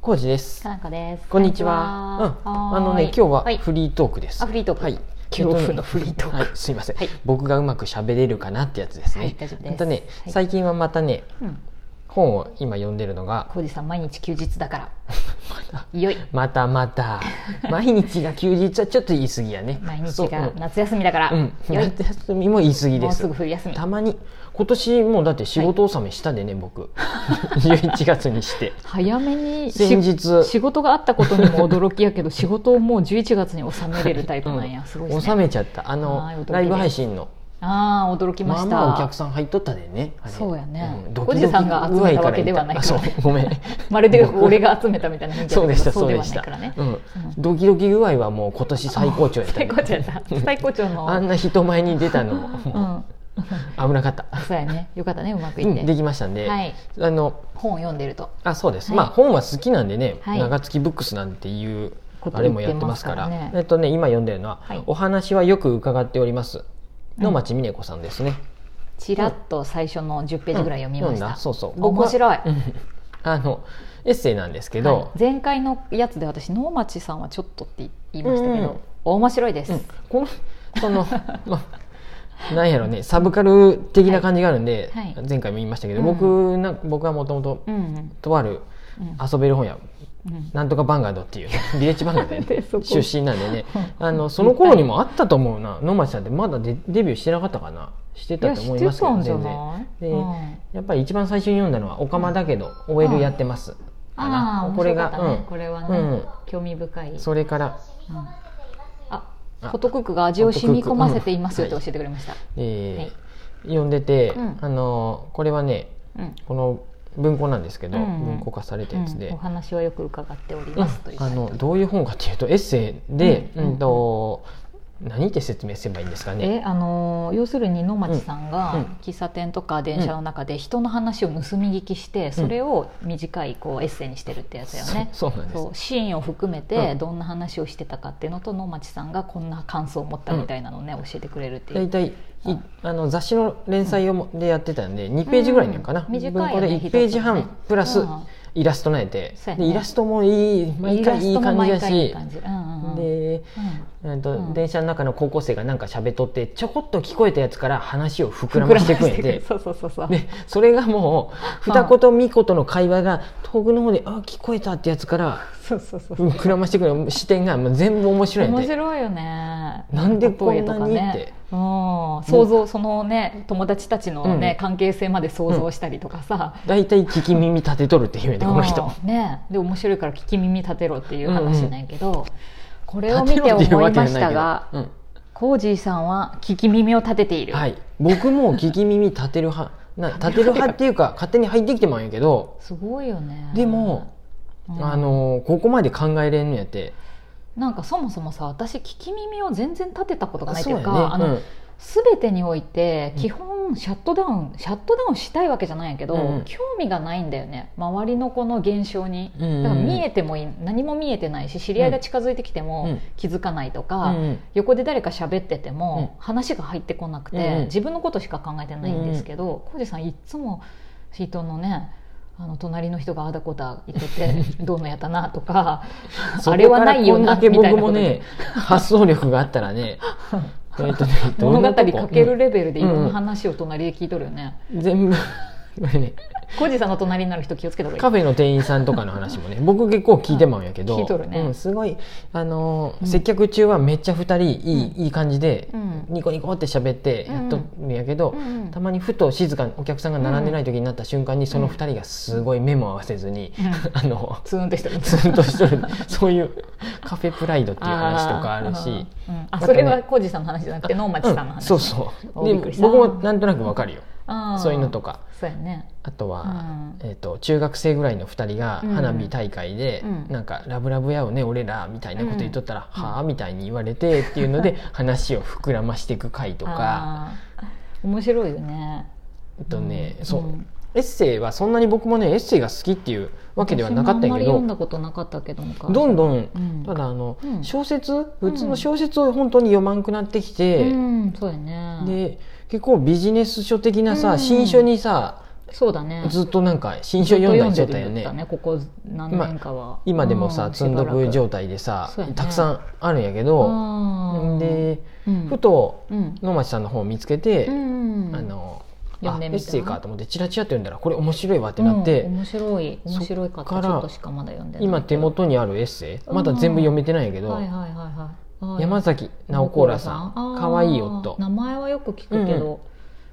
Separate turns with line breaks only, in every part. コウジです
か。なこです。
こんにちは。うん、あのね、今日は
はい
フリートークです。
あフリートーク
はい。
恐怖のフリートーク
はい、すいません、
はい
僕がうまく喋れるかなってやつですね。
はい大丈夫です
またね、
はい
最近はまたね、
うん、
本を今読んでるのが。
浩二さん毎日休日だから。いよい。
またま た、毎日が休日はちょっと言い過ぎやね。
毎
そう
日
う
が
ん
夏休みだから。
うん、
よい。
夏休みも言い過ぎ
も
で
う
す
すぐ冬休み。
たまに今年もうだって仕事納めしたでね、僕 11月に して
早めにし
先日
仕事があったことにも驚きやけど仕事をもう11月に収めれるタイプなんや、すごいです
収
ね
めちゃったあの
はい驚きです
ライブ配信の
ああ驚きま
まあ
した、
まあお客さん入っとったでねあれ
そうやね
ドキドキ
おじさんが集めたわけではない
具合から言った
からね
あそうごめん
まるで
僕
俺が集めたみたいな人
そうでした
そ
そうう
で
で
は
し
ない
た
からね、
うんドキドキ具合はもう今年最高潮やった
最
ね
高潮やった最高潮
あん
の
な人前に出たのも
う
もう
ん
危なかった
そうやねよかったねうまく
う
いっ
ん
て、
できましたんで
はい
あの
本を読んでると
あそうです、
はい
まあ本は好きなんでね、
はい
長月ブックスなんていう
こと
あれもやってますから
言ってますからね
えっとね今読んでるのは、
はい
お話はよく伺っております」
う
の
ん
町美子さんですね、
ちらっと最初の10ページぐらい読みました、
うん読んだそうそう
面白い、
うんあのエッセイなんですけ
はい
ど、
前回のやつで私能町さんはちょっとって言いましたけど、
うん
面白いです、
うんこのその まあなんやろねサブカル的な感じがあるんで、
はいはい
前回も言いましたけど、
うん
僕な僕はもともと
うんうん
とある
うん
遊べる本屋
うん
なんとかバンガードっ ていうビレッジバンガードで,、
でそこ
出身なん でねあのその頃にもあったと思うな野町さんってまだデデビューしてなかったかなして
い
た
や
と
知
思
っ
いま
て
すけど
たんじゃ
全然
ない、
で
うん
やっぱり一番最初に読んだのは「オカマだけど OL やってます」か
ああ
な
面
これ
白か
が
ったね、これはね、
うん
興味深い、う
うんん、それから、
あ
あ
ホトクックが味を染み込ませていますよって教えてくれました、
えー
はい
読んでて、
うん
あのこれはね
うん
この文庫なんですけど、
うんうん
文庫化されたやつで、
うんお話はよく伺っておりますという、
あのどういう本かっていうとエッセイで、
う
うんんと何って説明すればいいんですかね。
えあの要するに野町さん
うんう
が
ん
喫茶店とか電車の中で人の話を盗み聞きしてそれを短いこうエッセイにしてるってやつだよね。
そうそうなんです
そうシーンを含め
う
て
ん
どんな話をしてたかっていうのと野町さんがこんな感想を持ったみたいなのをね教えてくれるっていう
大体いあの雑誌の連載をもでやってたんで2ページぐらいなんかな、
うん短いよね
文庫で1ページ
一つね
半プラス
うん
イラストなんやて、
そうやね
でイラストもいい毎回いい感じだ
いい
し
感じうんうんうん
で、えっと
うん
電車の中の高校生がなんか喋っとってちょこっと聞こえたやつから話を膨
うん
らましていくんや
膨ら
で
ま してくそうそうそうそう、
でそれがもう
うん
二言三言の会話が遠くの方で「あ聞こえた」ってやつから
そうそうそうそう
膨らましてくる視点がもう全部面白いん
面
で
白いよね
なんでこんなに
例えとか
って
うん、想像そのね友達たちのね、
うん
関係性まで想像したりとかさ、
大体聞き耳立てとるって言うんやでこの人。
うんねで面白いから聞き耳立てろっていう話なんやけど、これを見
立て
て
ろってう
思
わ
い
け
ま
じゃな
し
い
た
けど
が
うん
コージーさんは聞き耳を立てている、
はい、僕も聞き耳立てる派な立てる派っていう か勝手に入ってきてもらうんやけど
すごいよね
でも、
うん
あのここまで考えれんのやって
なんかそもそもさ私聞き耳を全然立てたことがないという
そ
か
うやね
あの、
うん
全てにおいて基本シャットダウン、シャットダウンしたいわけじゃないんやけど、
うんうん
興味がないんだよね周りのこの現象に、
うんうんうん
だから見えてもいい何も見えてないし知り合いが近づいてきて
う
も
ん
気づかないとか、
うんうん
横で誰か喋ってても
う
話が入ってこなくて、
うんうん
自分のことしか考えてないんですけど浩司、さんいっつも人のねあの隣の人がああだこだ言ってて どうのやったなとか
そ
あ
こ
れは
か
な
ら
いよ
こん
な
だけ
みたい
僕
なこ
も
とで
ね発想力があったら ねえっとねど
物
ん
語
なとこ
かけるレベルでいろ
うんんう
なん話を隣で聞いとるよね。
うん全部これね
コジさんの隣になる人気をつけた方がい
カフェの店員さんとかの話もね僕結構聞いてまうんやけど
聞いとるね
うん、すごいあのー、
うん
接客中はめっちゃ2人いい,、いい感じで、
うん
ニコニコって喋ってやっとるんやけど、
うんうんうん
たまにふと静かにお客さんが並んでない時になった瞬間に、その2人がすごい目も合わせずに、 あの
い。ツーンとしてる。
ツンとしとるそういうカフェプライドっていう話とかあるし。
あー。うんあ
あとね
それはコジさんの話じゃなくて能町
う
さんの
ん、
話。
そうそう
お
で
びっくりした
僕もなんとなくわかるよ、
あー
そういうのとか
そうやね。
あとは、
うん
えー、と中学生ぐらいの2人が
うん
花火大会で、
うん
なんか「ラブラブやよね俺ら」みたいなこと言っとったら「はあ?」みたいに言われてっていうの で話を膨らましていく回とか
あー。面白いよね。
えっとね、
うん
そう、
うん
エッセイはそんなに僕もねエッセイが好きっていうわけではなかったんや
私もあんまり
け
読ん
ど
だことなかったけど昔
どんどん、
うん
ただあの、
うん
小説普通の小説を本当に読まんくなってきて、
うんそうやね。
で結構ビジネス書的なさ、
うん
新書にさ
そうだね
ずっとなんか新書読んだ状態よ
ずっと読んで
ね
るんだここ何年かは
今でも
う
さ
ん
積んどく
しばら
状態でさ、
そうやね
たくさんあるんやけ
く
ど
あー
で、
うん
ふと
うん
野町さんの本を見つけて、
うん
あの
読
あ
ん
エ
でみた
ッセイかと思ってチラチラと読んだらこれ面白いわってなって、
うん面白い面白いかっ
そったか
ち
ら
ょっとしかまだ読んでない
今手元にあるエッセイまだ全部読めてないんやけど、
はいはいはいはい
山
崎
崎直子らさん「かわいい夫
名前はよく聞くけど、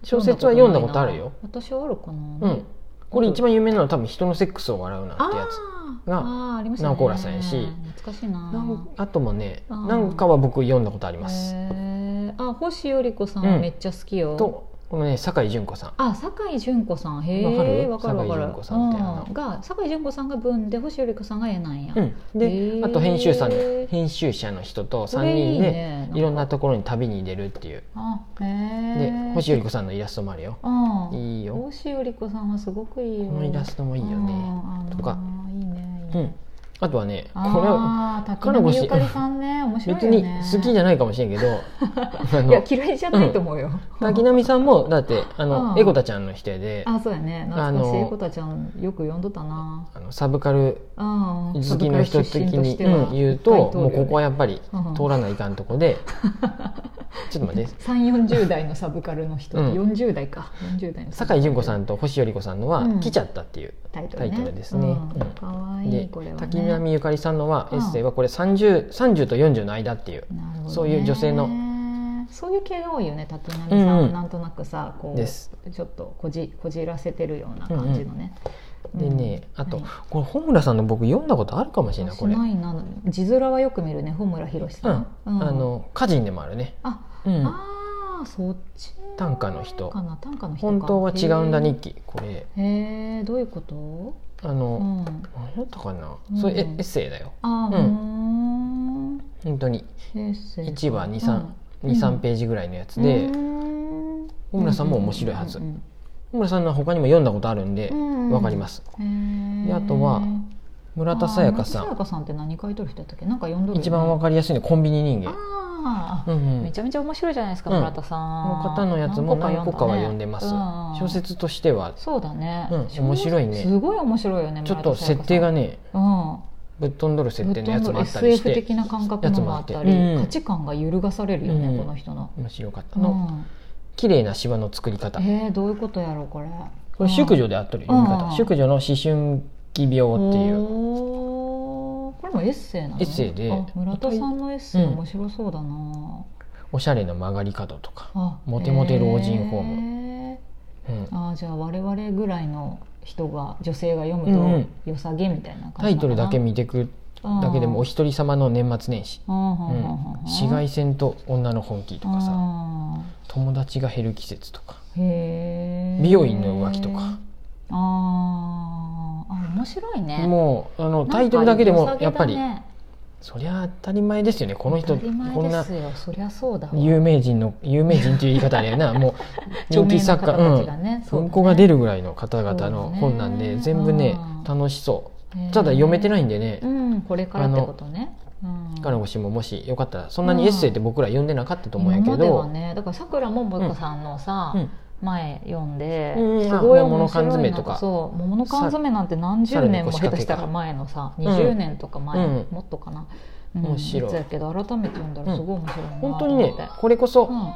小説は読んだことあるよ
私はあるかな、」
うんこれ一番有名なのは多分「人のセックスを笑うな」
あ
ってやつ
ー
が
あーありましたね
ナオコーラさんやし
懐かしいな
なんあともね
あー
なんかは僕読んだことあります
へーあ星より子さんはめっちゃ好きよ、
とこのね酒井純子さん
あ酒井純子さんへえ
わかる
わか
酒
るわか
井
る
純子さんってあの
うんが酒井純子さんが文で星より子さんが絵なんや、
うん、
へ
で
ー
あと編集さんの編集者の人と
そ
3
れい
人
い
で
ね
いろんなところに旅に出るっていう
あへ
で
え
星より子さんのイラストもあるよ
ああ
いいよ
星より子さんはすごくいいよ
このイラストもいいよね
ね
とか
いいねいい
うん
ね
あとはねこれは
ああ滝
金
波
星
ゆかりさんね面白い
別
よ
に
ね
好きじゃないかもしれん けどあ
いや
の
嫌いじゃないと思う よ、
滝波さんもだってあ
う
の
ん
エゴタちゃんの人やで
あそうやね
あ
懐
の
かしいこたちゃんよく読んどったな
あのサブカル
うん
好きの人的に、うん、言うともうここはやっぱり
うん
通らないかんとこ でちょっと待って
3四4 0代のサブカルの人、
うん
40代か40代の
酒井純子さ
ん
んと星より子さんのは
うん
「来ちゃった」っていう
タイト
タ
ル,、ね、
イトルですね
うん
うん
かわい
で
いこれは、ね、
滝波ゆかりさんのは
う
エ
ん
ッセイはこれ 30, 30と40の間っていう
なるほどね
そういう女性の
そういう系が多いよね滝波さん
うん
は
うん
なんとなくさ、こ
です
うちょっとこじこじらせてるような感じのね、
でねあと
はい
これ本村さんの僕読んだことあるかもしれないこ
し
れ
ないな字面はよく見るね本村弘
う
さ
ん
ん、
あ
うん
の歌人でもあるね
あ、
うん
あーそっち
短歌の人
かな短歌の人か
本当は違うんだ日記これ
へえどういうこと、
あ
う
の
ん、
何やったかな
うん
それエエッセイだよ
あー
う
うん
本当に1
1
話
うん
23ページぐらいのやつで本村さんも面白いはず
うん
本村さんの他にも読んだことあるんで
うん
わかります
へー
であとは村田沙耶香さ
あー村田沙耶
ん
香さんって何書いてる人だったっけなんか読んどるよね
一番わかりやすいのコンビニ人間
あー
うんうん
めちゃめちゃ面白いじゃないですか
うん
村田さん
この方のやつも何個かは読んでます
何個か読んだねうん
小説としては
そうだね
うん面白いね
すごい面白いよね
ちょっ
村
と
田沙耶香さん
設定がね
うん
ぶっ飛んどる設定のやつもあったりし
SF
て
的な感覚のもあったり、
やつもあってうん
価値観が揺るがされるよね、
うん
この人の。
面白かった
う
の
ん、
綺麗な芝の作り方
えー、どういうことやろうこれ。
これ宿女であっとる読み
う
方
ん
宿女の思春期病っていう
おーこれもエッセイなの
エッセイで
あ村田さんのエッセイ
うん
面白そうだな、
おしゃれな曲がり角とか
あ
モテモテ老人ホーう
ム、
ん
あーじゃあ我々ぐらいの人が女性が読
うんう
む
ん
と良さげみたいな感じ
タイトルだけ
見
見てくだけでもお一人様の年末年始うん紫外線と女の本気とかさ友達が減る季節とか
へー
美容院の浮気とか
あーあ面白いね
もうあのタイトルだけで
なん
も
か
やっぱり
良さげだね
そりゃ当たり前ですよねこの人
当たり前
こんな
ですよそりゃそうだわ
有名人の有名人という言い方あれや なもう人
著名
気
な
作家
方たち
う
が
ん
ねそうだ
文
ね
庫が出るぐらいの方々
そう
の
だね
本なんで、全部ね
うん
楽しそう
へー
ただ読めてないんでね、
うんこれからってことねうん
彼のしももしよかったらそんなにエッセイって僕ら読んでなかったと思うんやけ
今まで
ど、
はねだからさくらももこさんのさ
うん
前読んで
うん
すごい
あ桃の
面
缶
白
詰
い
とか
なそう桃の缶詰なんて何十年も下手したら前のさ
猿の腰掛けか
20年とか前
うん
もっとかなうん
面白い
やつやけど改めて読んだらすごい面白いなと思
本
って
当にねこれこそ、
うん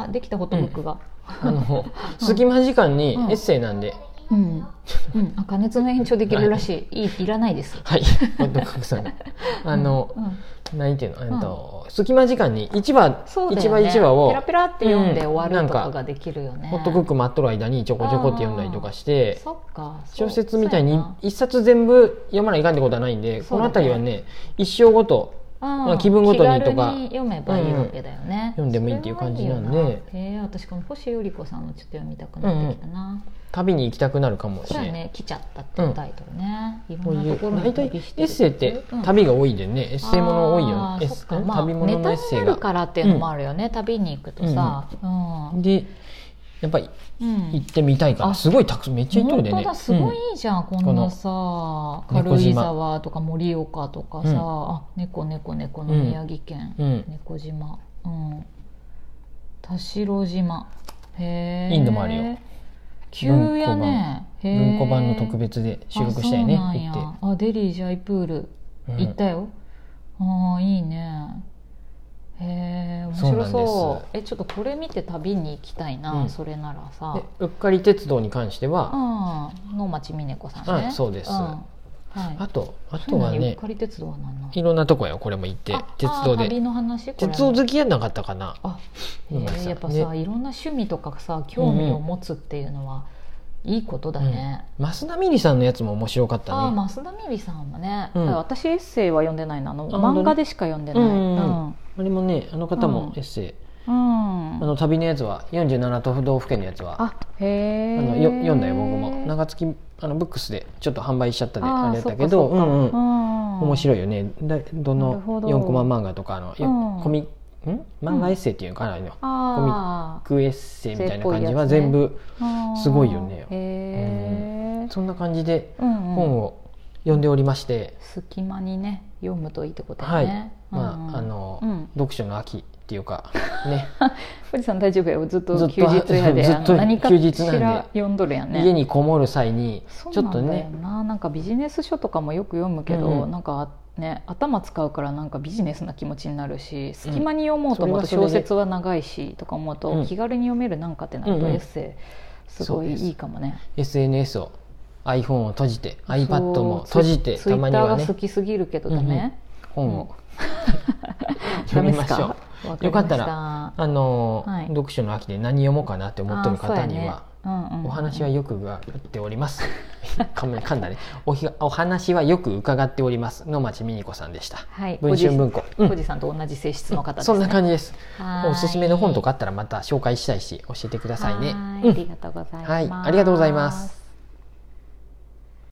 あできたホットブックが
あの隙間時間にエッセイなんで、
うん、うん、あ加熱の延長できるらしい、いい、いらないです。
はいホットクックさんにあの
う、ん、
なんていうの、えっと隙間時間に一話
そうだ
一
よ
話
ね。
一話を
ペラペラって読んで終わ
うん
ると
な
か
ん
ができるよね。
ホットクック待っとる間にちょこちょこって読んだりとかして
そっか。そう
小説みたいに
そう
一冊全部読まないかんってことはないんで、こ
そう
の
だ
辺
ね
りはね一生ごと
やな
まあ気分ごとにとか
気軽読めばいいわけだよね。
うん読んでもいいっていう感じなんで
それはいいよなへえ私この星由里子さんのちょっと読みたくなってきたな。
旅に行きたくなるかもし
そう
れ
や
ない。
ね、来ちゃったっていうタイトルね。い
こ
ろ
うんい
なところ
う
に
大体エ
旅してる
ッセイって旅が多いんでね、エッセイもの多いよ
あ
ねエッ
ーそっ
セ
か
イ
まあ
旅もののエッセイ
ネタになる
が
からっていうのもあるよね、旅に行くとさ、うん
でやっぱり
うん
行ってみたいから
あ
すごいたくさんめっちゃ行っとる
本
で
当
ね
だすごい
うん
いいじゃん、こんなさ
この
軽井沢とか盛岡とかさ、
うん
あ猫猫猫の
うん
宮城県、
うん
猫島、うん、田代島へえ
インドもあるよ
急やね
文庫版の特別で収録したよね行
ってあデリージャイプール
って、
行ったよ、ああいいねへえ面白そ
そ
う
うなんです
えちょっとこれ見て旅に行きたいな、
うん
それなら
うん
さ
でうっかり鉄道に関して
う
は、
ん能町みね子さんね
あそうです
はい、
あとあ
そ
と
うな
は
んだゆっ
ね
かり鉄道は何なん
いろんなとこやこれも行って
あ
鉄道
あ旅
で
の話これ
鉄道好きやなかったかな
あ、え
野崎さん
ー、やっぱさ、いろんな趣味とかさ興味を持つっていうのは、いいことだね、
増田美里さんのやつも面白かったね
ああ増田美里さんもね、
うん
私エッセイは読んでないなあの
あ本当
漫画でしか読んでない、
うんうんうん
うん
あれもねあの方もエッセイ、
うん
あの旅のやつは47都道府県のやつはあ
あへえ
のよ読んだよ僕も長月あのブックスでちょっと販売しちゃったであれだけどうんうん面
面
白いよねだど
なる
の
ほど
4コマ漫画とかあの、よ
うん
コミん漫画エッセイっていうのかな、あの
あ
クエッセイみたいな感じは
エッセイっぽいやつね
全部、
ー
すごいよね
へえ、
そんな感じで
うんうん
本を読んでおりまして、
隙間にね読むといいってこと
は
だ
い
ね、うん
ま
うん
ああの、
うん
読書の秋っていう かね
富士山大丈夫よずっ
ず
と
っと
休日や で
ずっと
あの何か
休日
し
なんで
ら読んどるやんね
家にこもる際に
そう
ちょっと
なんだよ
ね
ななんかビジネス書とかもよく読むけど、
うんうん
なんかね頭使うからなんかビジネスな気持ちになるし隙間に読もうと思うと
それは
小
それで
説は長いしとか思うと、
うん
気軽に読めるなんかってなると
うんうん
エッセイすご
そう
い
です
いいかもね、
SNS を iPhone を閉じて iPad も
そ
閉
う
じて
ツイ
たまには
ツイッターが
ね
好きすぎるけどダ
うんうん
メ、
本を
ダ
読
メ
み
で
ますしょ
か
う
わか
よ
りまし
かったらあの、
はい
読書の秋で何読もうかなって思ってる方には、
あーそうやねうんうん
お話はよく伺っております 噛む噛んだねおひお話はよく伺っております野町美美子さんでした
はい
文春文庫
おじ
うん
おじさんと同じ性質の方です
そ
ね
んな感じです
はーい
おすすめの本とかあったらまた紹介したいし教えてくださいね
はー
うん
いありがとうございます、
はいありがとうございます